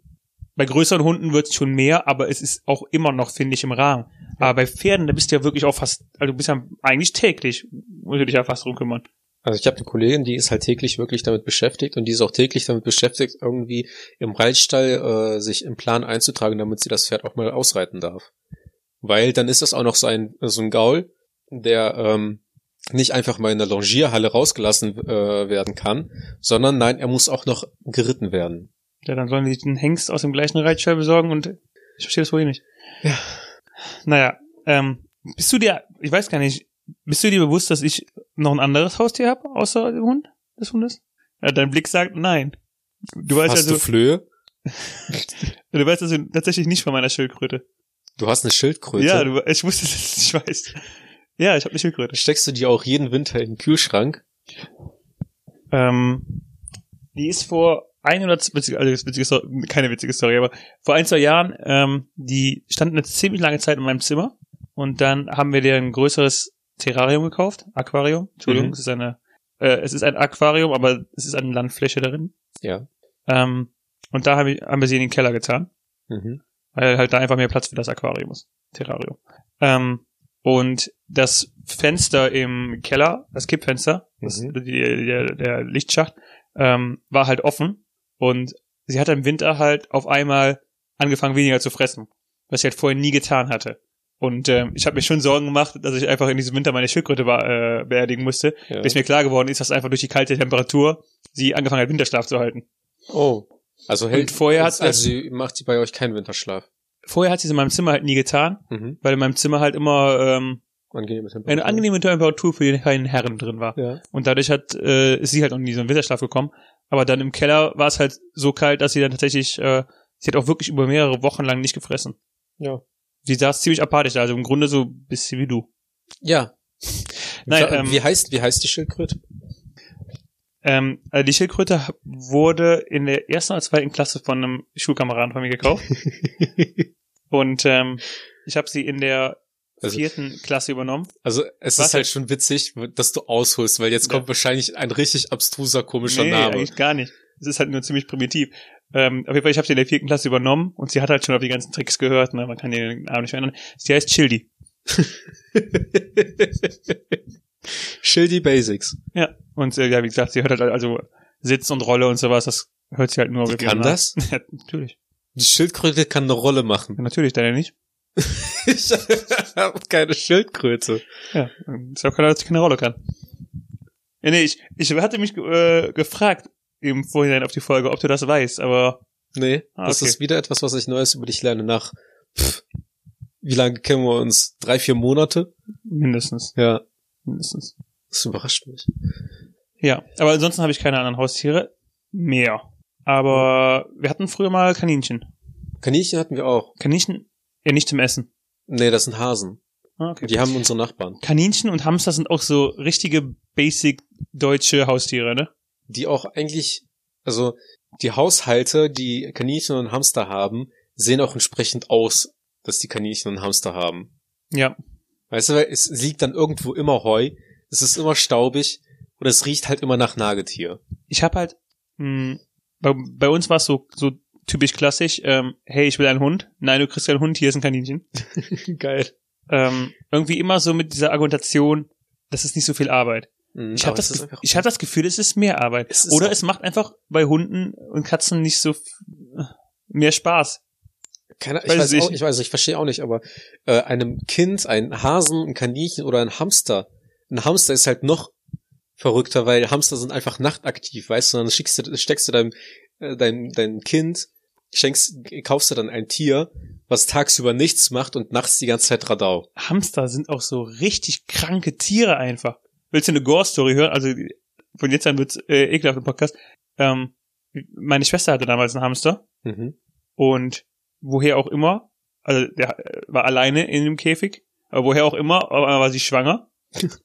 A: Bei größeren Hunden wird's schon mehr, aber es ist auch immer noch, finde ich, im Rahmen. Aber bei Pferden, da bist du ja wirklich auch fast, also du bist ja eigentlich täglich, musst du dich ja fast drum kümmern.
B: Also ich habe eine Kollegin, die ist halt täglich wirklich damit beschäftigt und die ist auch täglich damit beschäftigt, irgendwie im Reitstall äh, sich im Plan einzutragen, damit sie das Pferd auch mal ausreiten darf. Weil dann ist das auch noch so ein, so ein Gaul, der ähm, nicht einfach mal in der Longierhalle rausgelassen äh, werden kann, sondern nein, er muss auch noch geritten werden.
A: Ja, dann sollen die den Hengst aus dem gleichen Reitstall besorgen und ich verstehe das wohl eh nicht. Ja. Naja, ähm, bist du dir, ich weiß gar nicht, bist du dir bewusst, dass ich noch ein anderes Haustier habe, außer dem Hund, des Hundes? Ja, dein Blick sagt nein. Du weißt
B: hast
A: also,
B: du Flöhe?
A: du, weißt also tatsächlich nicht von meiner Schildkröte.
B: Du hast eine Schildkröte.
A: Ja, du, ich wusste, dass ich weiß. Ja, ich habe eine Schildkröte.
B: Steckst du die auch jeden Winter in den Kühlschrank?
A: Ähm, die ist vor ein oder zwei, witzige, also das ist witzige Story, keine witzige Story, aber vor ein, zwei Jahren, ähm, die standen eine ziemlich lange Zeit in meinem Zimmer und dann haben wir dir ein größeres Terrarium gekauft, Aquarium, Entschuldigung,
B: Mhm.
A: es ist eine, äh, es ist ein Aquarium, aber es ist eine Landfläche darin.
B: Ja.
A: Ähm, und da haben wir, haben wir sie in den Keller getan,
B: Mhm.
A: weil halt da einfach mehr Platz für das Aquarium ist, Terrarium. Ähm, und das Fenster im Keller, das Kippfenster, das,
B: Mhm.
A: die, der, der Lichtschacht, ähm, war halt offen und sie hat im Winter halt auf einmal angefangen weniger zu fressen, was sie halt vorher nie getan hatte. Und ähm, ich habe mir schon Sorgen gemacht, dass ich einfach in diesem Winter meine Schildkröte war, äh, beerdigen musste,
B: ja.
A: bis mir klar geworden ist, dass einfach durch die kalte Temperatur sie angefangen hat, Winterschlaf zu halten.
B: Oh. Also hält
A: vorher hat-
B: also sie macht sie bei euch keinen Winterschlaf.
A: Vorher hat sie es in meinem Zimmer halt nie getan,
B: Mhm.
A: weil in meinem Zimmer halt immer ähm,
B: Angenehme Temperatur.
A: eine angenehme Temperatur für den kleinen Herren drin war.
B: Ja.
A: Und dadurch hat äh, ist sie halt auch in diesen Winterschlaf gekommen. Aber dann im Keller war es halt so kalt, dass sie dann tatsächlich, äh, sie hat auch wirklich über mehrere Wochen lang nicht gefressen.
B: Ja.
A: Sie saß ziemlich apathisch, da, also im Grunde so ein bisschen wie du.
B: Ja.
A: Nein,
B: Wie-
A: ähm,
B: wie heißt wie heißt die Schildkröte?
A: Ähm, also die Schildkröte hab- wurde in der ersten oder zweiten Klasse von einem Schulkameraden von mir gekauft. Und ähm, ich habe sie in der
B: Also-
A: vierten Klasse übernommen.
B: Also es
A: Was
B: ist halt schon witzig, dass du ausholst, weil jetzt
A: Ja.
B: kommt wahrscheinlich ein richtig abstruser komischer
A: nee,
B: Name.
A: eigentlich gar nicht. Es ist halt nur ziemlich primitiv. Ähm, auf jeden Fall, ich habe sie in der vierten Klasse übernommen und sie hat halt schon auf die ganzen Tricks gehört. Ne? Man kann den Namen nicht verändern. Sie heißt Childi.
B: Schildi Basics.
A: Ja. Und äh, ja, wie gesagt, sie hört halt also Sitz und Rolle und sowas. Das hört sie halt nur
B: Die
A: wirklich
B: kann
A: an.
B: das?
A: Ja, natürlich.
B: Die Schildkröte kann eine Rolle machen.
A: Ja, natürlich, deine nicht.
B: Ich habe keine Schildkröte.
A: Ja, ist auch keiner, dass ich keine Rolle kann. Ja, nee, ich, ich hatte mich äh, gefragt im Vorhinein auf die Folge, ob du das weißt, aber
B: Nee,
A: Ah,
B: das
A: okay.
B: ist wieder etwas, was ich Neues über dich lerne nach pff, wie lange kennen wir uns? Drei, vier Monate?
A: mindestens,
B: Ja.
A: mindestens.
B: Das überrascht mich.
A: Ja, aber ansonsten habe ich keine anderen Haustiere mehr. Aber wir hatten früher mal Kaninchen.
B: Kaninchen hatten wir auch.
A: Kaninchen, ja nicht zum Essen.
B: Nee, das sind Hasen.
A: Ah, Okay.
B: Die haben unsere Nachbarn.
A: Kaninchen und Hamster sind auch so richtige basic deutsche Haustiere, ne?
B: Die auch eigentlich, also die Haushalte, die Kaninchen und Hamster haben, sehen auch entsprechend aus, dass die Kaninchen und Hamster haben.
A: Ja.
B: Weißt du, weil es liegt dann irgendwo immer Heu, es ist immer staubig und es riecht halt immer nach Nagetier.
A: Ich habe halt, mh, bei, bei uns war es so, so typisch klassisch, ähm, hey, ich will einen Hund. Nein, du kriegst keinen Hund, hier ist ein Kaninchen.
B: Geil.
A: ähm, irgendwie immer so mit dieser Argumentation, das ist nicht so viel Arbeit.
B: Mhm,
A: Ich
B: aber
A: habe das,
B: es ist
A: Ge-
B: einfach-
A: ich hab das Gefühl, es ist mehr Arbeit.
B: Es ist
A: Oder
B: auch-
A: es macht einfach bei Hunden und Katzen nicht so f- mehr Spaß.
B: Keine, ich,
A: Weiß
B: weiß
A: ich
B: auch,
A: nicht.
B: ich weiß, ich verstehe auch nicht, aber äh, einem Kind, ein Hasen, ein Kaninchen oder ein Hamster, ein Hamster ist halt noch verrückter, weil Hamster sind einfach nachtaktiv, weißt du, dann schickst du, steckst du deinem, äh, deinem, deinem Kind, schenkst, kaufst du dann ein Tier, was tagsüber nichts macht und nachts die ganze Zeit Radau.
A: Hamster sind auch so richtig kranke Tiere einfach. Willst du eine Gore-Story hören? Also von jetzt an wird's äh, ekelhaft im Podcast. Ähm, meine Schwester hatte damals einen Hamster.
B: Mhm.
A: und woher auch immer, also der war alleine in dem Käfig, aber woher auch immer, aber war sie schwanger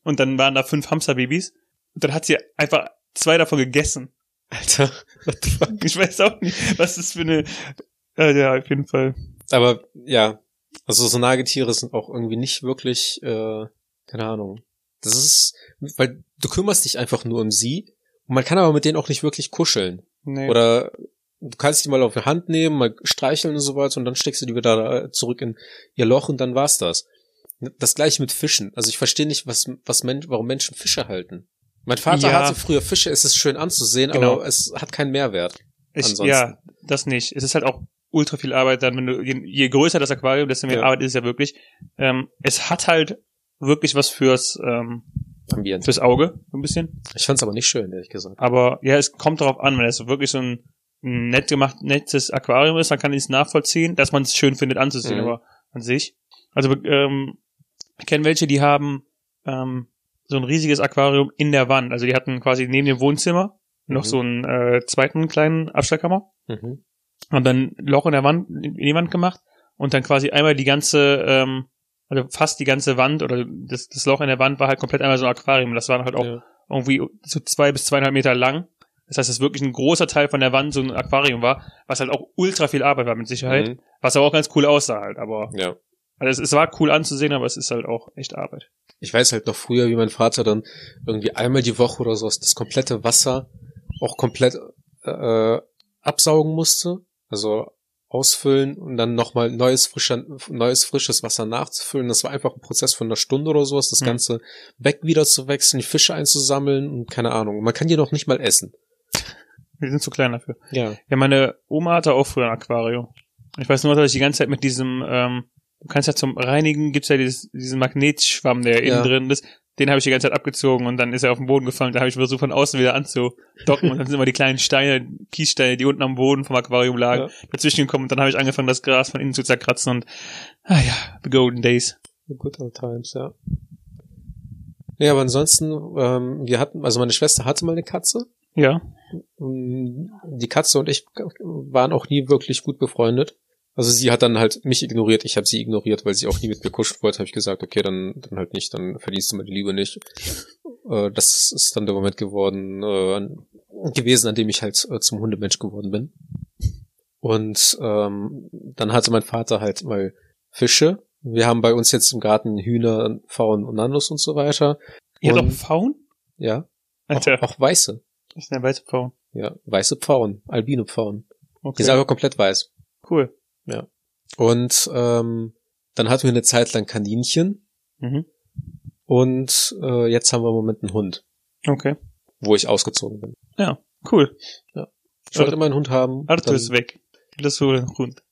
A: und dann waren da fünf Hamsterbabys und dann hat sie einfach zwei davon gegessen.
B: Alter, what the fuck?
A: Ich weiß auch nicht, was das für eine, äh, ja, auf jeden Fall.
B: Aber ja, also so Nagetiere sind auch irgendwie nicht wirklich, äh, keine Ahnung. Das ist, weil du kümmerst dich einfach nur um sie Und man kann aber mit denen auch nicht wirklich kuscheln.
A: Nee.
B: Oder du kannst die mal auf die Hand nehmen, mal streicheln und so weiter und dann steckst du die wieder äh, zurück in ihr Loch und dann war's das. Das gleiche mit Fischen. Also ich verstehe nicht, was, was Mensch, warum Menschen Fische halten. Mein Vater
A: Ja.
B: hatte früher Fische, es ist schön anzusehen,
A: Genau.
B: aber es hat keinen Mehrwert.
A: ich,
B: ansonsten.
A: ja, das nicht. Es ist halt auch ultra viel Arbeit dann, wenn du, je, je größer das Aquarium, desto mehr
B: Ja.
A: Arbeit ist es ja wirklich. Ähm, es hat halt wirklich was fürs, ähm,
B: Ambient.
A: fürs Auge, so ein bisschen.
B: Ich fand's aber nicht schön, ehrlich gesagt.
A: Aber ja, es kommt darauf an, wenn es wirklich so ein ein nett gemacht, nettes Aquarium ist, dann kann ich es nachvollziehen, dass man es schön findet anzusehen,
B: Mhm.
A: aber an sich. Also ähm, ich kenne welche, die haben ähm, so ein riesiges Aquarium in der Wand. Also die hatten quasi neben dem Wohnzimmer noch
B: Mhm.
A: so einen äh, zweiten kleinen Abstellkammer,
B: Mhm.
A: haben dann ein Loch in der Wand, in die Wand gemacht und dann quasi einmal die ganze, ähm, also fast die ganze Wand oder das, das Loch in der Wand war halt komplett einmal so ein Aquarium. Das waren halt auch
B: Ja.
A: irgendwie so zwei bis zweieinhalb Meter lang. Das heißt, dass wirklich ein großer Teil von der Wand so ein Aquarium war, was halt auch ultra viel Arbeit war mit Sicherheit,
B: Mhm.
A: was aber auch ganz cool aussah halt. Aber
B: ja.
A: also es, es war cool anzusehen, aber es ist halt auch echt Arbeit.
B: Ich weiß halt noch früher, wie mein Vater dann irgendwie einmal die Woche oder so das komplette Wasser auch komplett äh, absaugen musste, also ausfüllen und dann nochmal neues, frischer, neues frisches Wasser nachzufüllen. Das war einfach ein Prozess von einer Stunde oder sowas, das
A: Hm.
B: ganze Beck wieder zu wechseln, die Fische einzusammeln und keine Ahnung. Man kann die noch nicht mal essen.
A: Wir sind zu klein dafür.
B: Ja.
A: Ja, meine Oma hatte auch früher ein Aquarium. Ich weiß nur, dass ich die ganze Zeit mit diesem, ähm, du kannst ja zum Reinigen, gibt's ja dieses, diesen Magnetschwamm, der
B: Ja.
A: innen drin ist. Den habe ich die ganze Zeit abgezogen und dann ist er auf den Boden gefallen. Da habe ich versucht, von außen wieder anzudocken und dann sind immer die kleinen Steine, Kiessteine, die unten am Boden vom Aquarium lagen,
B: Ja.
A: dazwischen gekommen und dann habe ich angefangen, das Gras von innen zu zerkratzen und, ah ja, the golden days.
B: Good old times, ja. Ja, aber ansonsten, ähm, wir hatten, also meine Schwester hatte mal eine Katze.
A: Ja,
B: die Katze und ich waren auch nie wirklich gut befreundet. Also sie hat dann halt mich ignoriert, ich habe sie ignoriert, weil sie auch nie mit mir kuscheln wollte. Habe ich gesagt, okay, dann, dann halt nicht, dann verdienst du meine Liebe nicht. Äh, das ist dann der Moment geworden, äh, an- gewesen, an dem ich halt äh, zum Hundemensch geworden bin. Und ähm, dann hatte mein Vater halt mal Fische. Wir haben bei uns jetzt im Garten Hühner, Pfauen und Nandos und so weiter.
A: ihr habt auch
B: Und-
A: einen Pfauen?
B: Ja, auch,
A: Alter,
B: auch weiße.
A: das ist ein weißer Pfauen.
B: Ja, weiße Pfauen, albino Pfauen. Die
A: Okay,
B: sind aber komplett weiß.
A: cool.
B: Und ähm, dann hatten wir eine Zeit lang Kaninchen
A: Mhm.
B: und äh, jetzt haben wir im Moment einen Hund,
A: Okay,
B: wo ich ausgezogen bin.
A: cool.
B: Ich wollte immer einen Hund haben.
A: Arthur ist
B: Dann,
A: weg. Das wurde rund.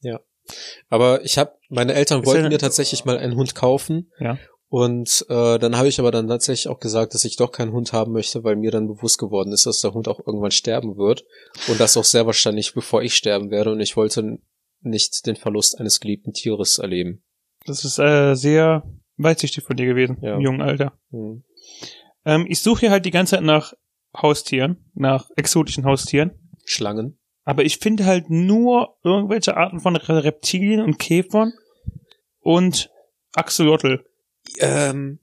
B: aber ich habe, meine Eltern
A: Ist
B: wollten
A: er-
B: mir tatsächlich mal einen Hund kaufen.
A: Ja.
B: Und äh, dann habe ich aber dann tatsächlich auch gesagt, dass ich doch keinen Hund haben möchte, weil mir dann bewusst geworden ist, dass der Hund auch irgendwann sterben wird. Und das auch sehr wahrscheinlich, bevor ich sterben werde. Und ich wollte nicht den Verlust eines geliebten Tieres erleben.
A: Das ist äh, sehr weitsichtig von dir gewesen,
B: Ja.
A: im jungen Alter.
B: Hm.
A: Ähm, ich suche hier halt die ganze Zeit nach Haustieren, nach exotischen Haustieren.
B: Schlangen.
A: Aber ich finde halt nur irgendwelche Arten von Reptilien und Käfern und Axolotl.
B: ähm,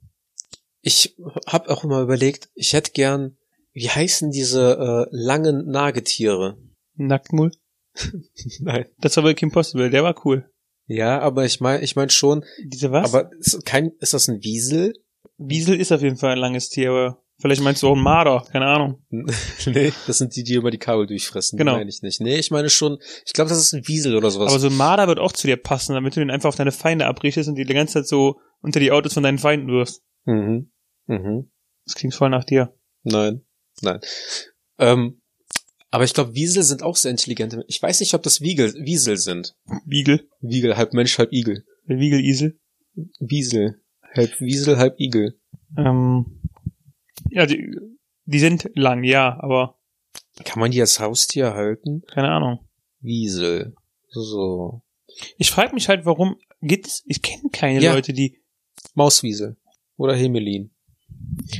B: ich habe auch immer überlegt, ich hätte gern, wie heißen diese äh, langen Nagetiere?
A: Nacktmull.
B: Nein.
A: Das war Kim Possible, der war cool.
B: Ja, aber ich meine, ich meine schon,
A: Diese was?
B: aber ist, kein, ist das ein Wiesel?
A: Wiesel ist auf jeden Fall ein langes Tier, aber vielleicht meinst du auch einen Marder, keine Ahnung.
B: nee, das sind die, die immer die Kabel durchfressen.
A: Genau.
B: Die meine ich nicht. Nee, ich meine schon, ich glaube, das ist ein Wiesel oder sowas.
A: Aber so ein Marder wird auch zu dir passen, damit du den einfach auf deine Feinde abrichtest und die die ganze Zeit so unter die Autos von deinen Feinden wirst.
B: mhm. Mhm.
A: Das klingt voll nach dir.
B: Nein. Nein. Ähm, aber ich glaube, Wiesel sind auch sehr intelligente. Ich weiß nicht, ob das Wiegel, Wiesel sind.
A: Wiegel,
B: Wiegel, halb Mensch, halb Igel.
A: der Wiegel-Isel.
B: Wiesel. Halb Wiesel, halb Igel.
A: Ähm, ja, die, die sind lang, ja, aber
B: Kann man die als Haustier halten?
A: keine Ahnung.
B: Wiesel. So.
A: Ich frage mich halt, warum gibt es, ich kenne keine
B: Ja.
A: Leute, die,
B: Mauswiesel. Oder Hemelin.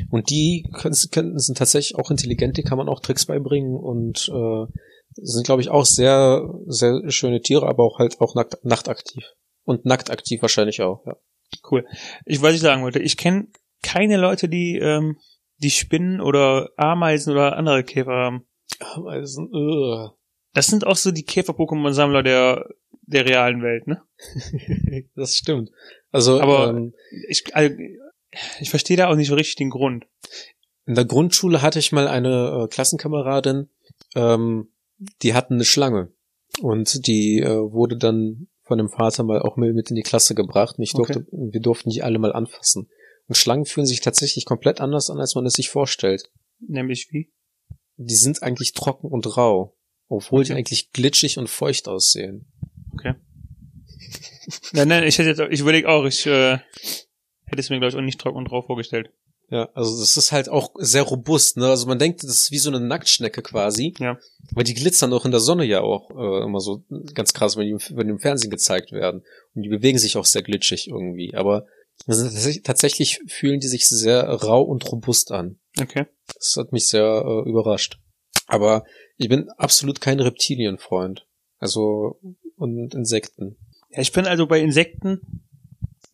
B: Und die können, können, sind tatsächlich auch intelligent, die kann man auch Tricks beibringen und äh, sind, glaube ich, auch sehr, sehr schöne Tiere, aber auch halt auch nackt, nachtaktiv. Und nacktaktiv wahrscheinlich auch, ja.
A: ich weiß nicht sagen wollte, ich kenne keine Leute, die, ähm, die Spinnen oder Ameisen oder andere Käfer haben.
B: Ameisen, äh.
A: Das sind auch so die Käfer-Pokémon-Sammler der, der realen Welt, ne?
B: Das stimmt. Also,
A: Aber-
B: ähm,
A: Ich, also, ich verstehe da auch nicht so richtig den Grund.
B: In der Grundschule hatte ich mal eine äh, Klassenkameradin, ähm, die hatten eine Schlange. Und die äh, wurde dann von dem Vater mal auch mit in die Klasse gebracht. Und ich durfte, wir durften die alle mal anfassen. Und Schlangen fühlen sich tatsächlich komplett anders an, als man es sich vorstellt.
A: Nämlich wie?
B: Die sind eigentlich trocken und rau, obwohl die
A: Okay.
B: eigentlich glitschig und feucht aussehen.
A: Nein, nein, ich hätte jetzt, ich überlege auch, ich äh, hätte es mir, glaube ich, auch nicht trocken drauf vorgestellt.
B: Ja, also das ist halt auch sehr robust, ne? Also man denkt, das ist wie so eine Nacktschnecke quasi.
A: Ja.
B: Weil die glitzern auch in der Sonne ja auch äh, immer so ganz krass, wenn die, im- wenn die im Fernsehen gezeigt werden. Und die bewegen sich auch sehr glitschig irgendwie. Aber das sind tatsächlich- tatsächlich fühlen die sich sehr rau und robust an.
A: Okay.
B: Das hat mich sehr äh, überrascht. Aber ich bin absolut kein Reptilienfreund. Also und Insekten.
A: Ja, ich bin also bei Insekten,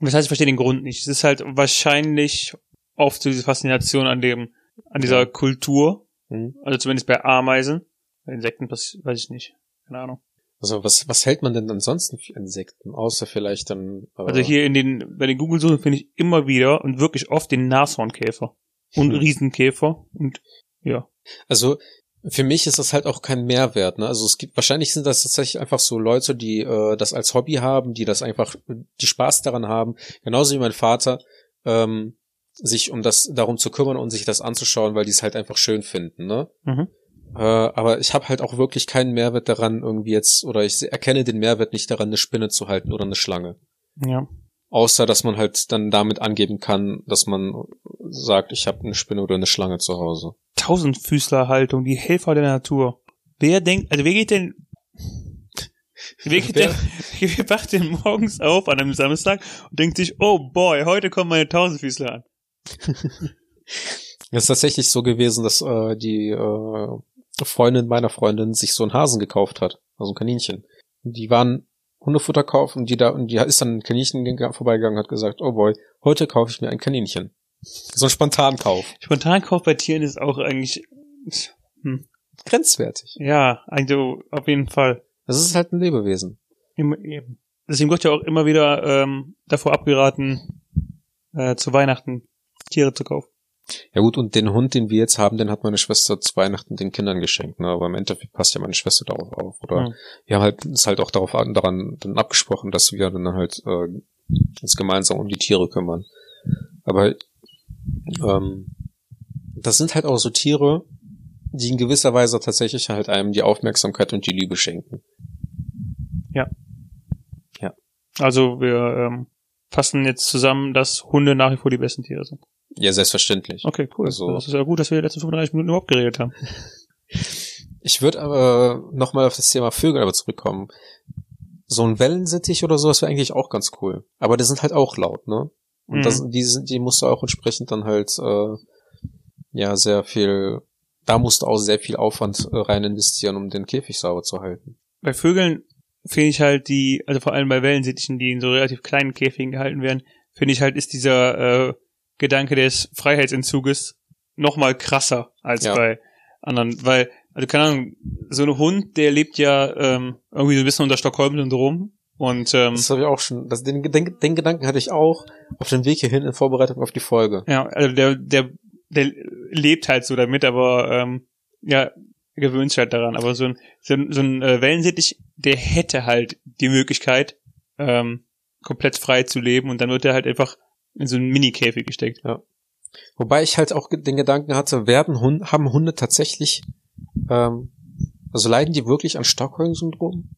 A: das heißt, ich verstehe den Grund nicht. Es ist halt wahrscheinlich oft so diese Faszination an dem, an dieser
B: Ja.
A: Kultur,
B: Hm?
A: also zumindest bei Ameisen. Bei Insekten, das weiß ich nicht. Keine Ahnung.
B: Also was, was hält man denn ansonsten für Insekten? Außer vielleicht dann. Äh,
A: Also hier in den, bei den Google-Suchen finde ich immer wieder und wirklich oft den Nashornkäfer und
B: Hm.
A: Riesenkäfer und ja.
B: Also für mich ist das halt auch kein Mehrwert. Ne? Also es gibt wahrscheinlich sind das tatsächlich einfach so Leute, die äh, das als Hobby haben, die das einfach, die Spaß daran haben, genauso wie mein Vater, ähm, sich um das darum zu kümmern und sich das anzuschauen, weil die es halt einfach schön finden. Ne?
A: Mhm.
B: Äh, aber ich habe halt auch wirklich keinen Mehrwert daran, irgendwie jetzt, oder ich erkenne den Mehrwert nicht daran, eine Spinne zu halten oder eine Schlange.
A: Ja.
B: Außer, dass man halt dann damit angeben kann, dass man sagt, ich habe eine Spinne oder eine Schlange zu Hause.
A: Tausendfüßlerhaltung, die Helfer der Natur. Wer denkt, also wer geht denn, wer geht denn, wer wacht denn morgens auf an einem Samstag und denkt sich, oh boy, heute kommen meine Tausendfüßler an.
B: Es ist tatsächlich so gewesen, dass äh, die äh, Freundin meiner Freundin sich so einen Hasen gekauft hat, also ein Kaninchen. Die waren Hundefutter kaufen und die da und die ist dann ein Kaninchen geg- vorbeigegangen und hat gesagt, oh boy, heute kaufe ich mir ein Kaninchen. So ein Spontankauf.
A: Spontankauf bei Tieren ist auch eigentlich,
B: Grenzwertig.
A: ja, also auf jeden Fall.
B: Das ist halt ein Lebewesen.
A: Im- eben. Deswegen wird ja auch immer wieder ähm, davor abgeraten, äh, zu Weihnachten Tiere zu kaufen.
B: Ja gut, und den Hund, den wir jetzt haben, den hat meine Schwester zu Weihnachten den Kindern geschenkt, ne? Aber im Endeffekt passt ja meine Schwester darauf auf. Oder
A: Mhm.
B: wir haben halt uns halt auch darauf an, daran dann abgesprochen, dass wir dann halt äh, uns gemeinsam um die Tiere kümmern. Aber ähm, das sind halt auch so Tiere, die in gewisser Weise tatsächlich halt einem die Aufmerksamkeit und die Liebe schenken.
A: Also wir ähm, fassen jetzt zusammen, dass Hunde nach wie vor die besten Tiere sind.
B: Ja, selbstverständlich.
A: Okay, cool.
B: Also-
A: das ist ja gut, dass wir die letzten 35 Minuten überhaupt geredet haben.
B: Ich würde aber nochmal auf das Thema Vögel aber zurückkommen. So ein Wellensittich oder sowas wäre eigentlich auch ganz cool. Aber die sind halt auch laut, ne? Und
A: Mhm.
B: das, die, sind, die musst du auch entsprechend dann halt, äh, ja, sehr viel, da musst du auch sehr viel Aufwand äh, rein investieren, um den Käfig sauber zu halten.
A: Bei Vögeln finde ich halt die, also vor allem bei Wellensittichen, die in so relativ kleinen Käfigen gehalten werden, finde ich halt, ist dieser äh, Gedanke des Freiheitsentzuges nochmal krasser als
B: Ja.
A: bei anderen, weil, also keine Ahnung, so ein Hund, der lebt ja ähm, irgendwie so ein bisschen unter Stockholm-Syndrom und ähm,
B: Das habe ich auch schon, das, den, den, den Gedanken hatte ich auch auf dem Weg hierhin in Vorbereitung auf die Folge.
A: Ja, also der, der, der lebt halt so damit, aber ähm, ja, gewöhnt sich halt daran. Aber so ein, so ein, so ein äh, Wellensittich, der hätte halt die Möglichkeit, ähm, komplett frei zu leben und dann wird er halt einfach in so einen Mini-Käfig gesteckt.
B: Wobei ich halt auch ge- den Gedanken hatte, werden Hunde, haben Hunde tatsächlich, ähm, also leiden die wirklich an Stockholm-Syndrom?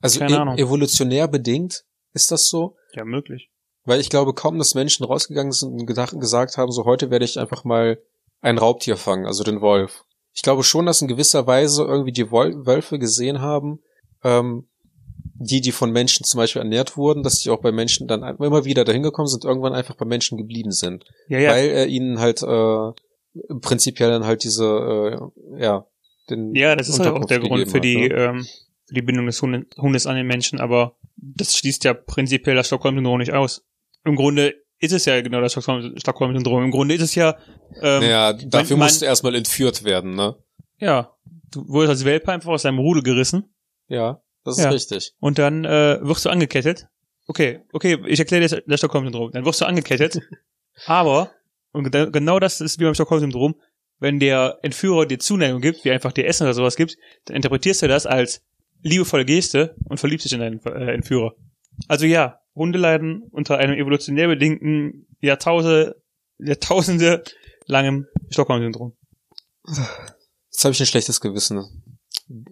B: Also
A: Keine
B: e-
A: Ahnung.
B: evolutionär bedingt ist das so?
A: Ja, möglich.
B: Weil ich glaube kaum, dass Menschen rausgegangen sind und gedacht, gesagt haben, so heute werde ich einfach mal ein Raubtier fangen, also den Wolf. Ich glaube schon, dass in gewisser Weise irgendwie die Wol Wölfe gesehen haben, ähm, die, die von Menschen zum Beispiel ernährt wurden, dass die auch bei Menschen dann ein- immer wieder dahin gekommen sind, irgendwann einfach bei Menschen geblieben sind
A: Ja, ja.
B: weil er ihnen halt äh, prinzipiell dann halt diese äh, ja den
A: ja, das ist halt auch
B: Unterkunft
A: der Grund
B: gegeben
A: für
B: hat,
A: die,
B: ne?
A: ähm, für die Bindung des Hunde- Hundes an den Menschen, aber das schließt ja prinzipiell das Stockholm-Syndrom nicht aus. Im Grunde ist es ja genau das Stockholm- Stockholm-Syndrom. Im Grunde ist es ja ähm,
B: naja, ne? dafür
A: man-
B: musst du erstmal entführt werden, ne?
A: Ja, du wurdest als Welpe einfach aus deinem Rudel gerissen
B: Ja, das
A: Ja.
B: ist richtig.
A: und dann äh, wirst du angekettet. Okay, okay, ich erkläre dir das, das Stockholm-Syndrom. Dann wirst du angekettet, aber, und ge- genau das ist wie beim Stockholm-Syndrom, wenn der Entführer dir Zuneigung gibt, wie einfach dir Essen oder sowas gibt, dann interpretierst du das als liebevolle Geste und verliebst dich in deinen äh, Entführer. Also ja, Hunde leiden unter einem evolutionär bedingten Jahrtausende, Jahrtausende langem Stockholm-Syndrom.
B: Jetzt habe ich ein schlechtes Gewissen.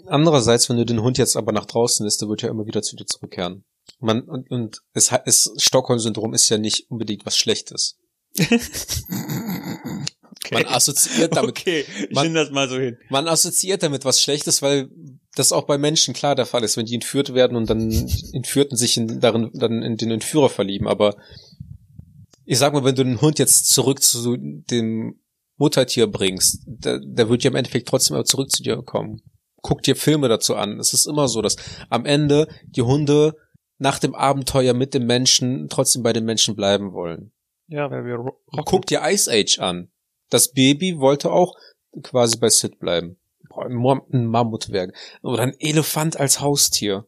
B: Andererseits, wenn du den Hund jetzt aber nach draußen lässt, der wird ja immer wieder zu dir zurückkehren. Man, und, und es, hat- es Stockholm-Syndrom ist ja nicht unbedingt was Schlechtes. Man assoziiert damit
A: okay, ich
B: man-
A: nehme das mal so hin.
B: Man assoziiert damit was Schlechtes, weil das auch bei Menschen klar der Fall ist, wenn die entführt werden und dann Entführten sich in, darin, dann in den Entführer verlieben. Aber ich sag mal, wenn du den Hund jetzt zurück zu dem Muttertier bringst, der, der wird ja im Endeffekt trotzdem aber zurück zu dir kommen. Guck dir Filme dazu an. Es ist immer so, dass am Ende die Hunde nach dem Abenteuer mit dem Menschen trotzdem bei den Menschen bleiben wollen.
A: Ja, weil wir ro-
B: Und
A: rocken.
B: guck dir Ice Age an. Das Baby wollte auch quasi bei Sid bleiben. Boah, ein Mam- ein Mammutwerk. Oder ein Elefant als Haustier.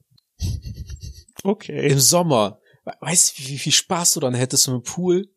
A: Okay.
B: Im Sommer. We- Weißt du, wie viel Spaß du dann hättest im Pool?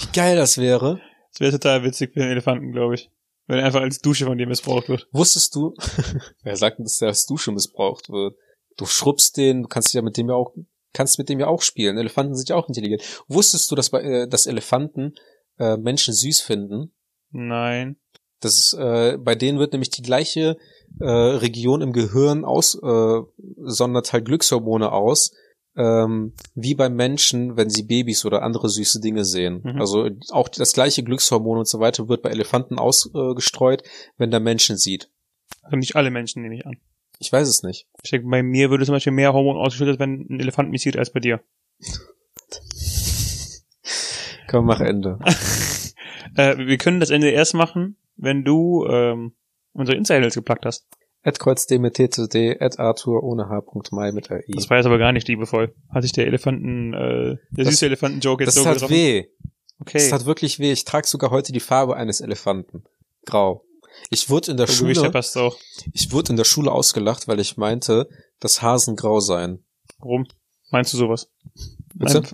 B: Wie geil das wäre.
A: Das wäre total witzig für den Elefanten, glaube ich. Wenn er einfach als Dusche von dir missbraucht wird.
B: Wusstest du, wer sagt, denn, dass der als Dusche missbraucht wird? Du schrubbst den, du kannst ja mit dem ja auch, kannst mit dem ja auch spielen. Elefanten sind ja auch intelligent. Wusstest du, dass, bei, äh, dass Elefanten äh, Menschen süß finden?
A: Nein.
B: Das ist, äh, bei denen wird nämlich die gleiche äh, Region im Gehirn aus, äh, sondert halt Glückshormone aus, ähm, wie beim Menschen, wenn sie Babys oder andere süße Dinge sehen.
A: Mhm.
B: Also auch das gleiche Glückshormon und so weiter wird bei Elefanten ausgestreut, wenn der Menschen sieht.
A: Also nicht alle Menschen nehme ich an.
B: Ich weiß es nicht.
A: Ich denke, bei mir würde zum Beispiel mehr Hormon ausgeschüttet, wenn ein Elefant mich sieht, als bei dir.
B: Komm, mach Ende.
A: Äh, wir können das Ende erst machen, wenn du ähm, unsere Insta-Handles geplackt hast.
B: At kreuzd mit ttd, at arthur ohne h. Mai mit ai.
A: Das war jetzt aber gar nicht liebevoll. Hat sich der Elefanten, äh, der
B: Das-
A: süße Elefanten-Joke jetzt
B: Das
A: so
B: tat weh.
A: Okay.
B: Das halt hat wirklich weh. Ich trage sogar heute die Farbe eines Elefanten. Grau. Ich wurde in der
A: Vom
B: Schule...
A: Gewicht her passt auch.
B: Ich wurde in der Schule ausgelacht, weil ich meinte, dass Hasen grau seien.
A: Warum? Meinst du sowas?
B: Bitte?
A: Nein.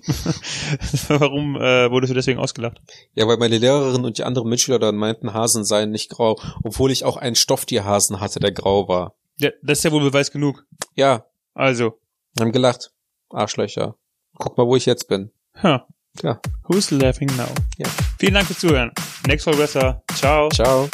A: Warum äh, wurdest du deswegen ausgelacht?
B: Ja, weil meine Lehrerin und die anderen Mitschüler dann meinten, Hasen seien nicht grau, obwohl ich auch einen Stofftierhasen hatte, der grau war.
A: Ja, das ist ja wohl Beweis genug.
B: Ja,
A: Also,
B: haben gelacht. Arschlöcher. Guck mal, wo ich jetzt bin.
A: huh.
B: Ja.
A: Who's laughing now?
B: Ja.
A: Vielen Dank fürs Zuhören. Next Fall besser. Ciao.
B: Ciao.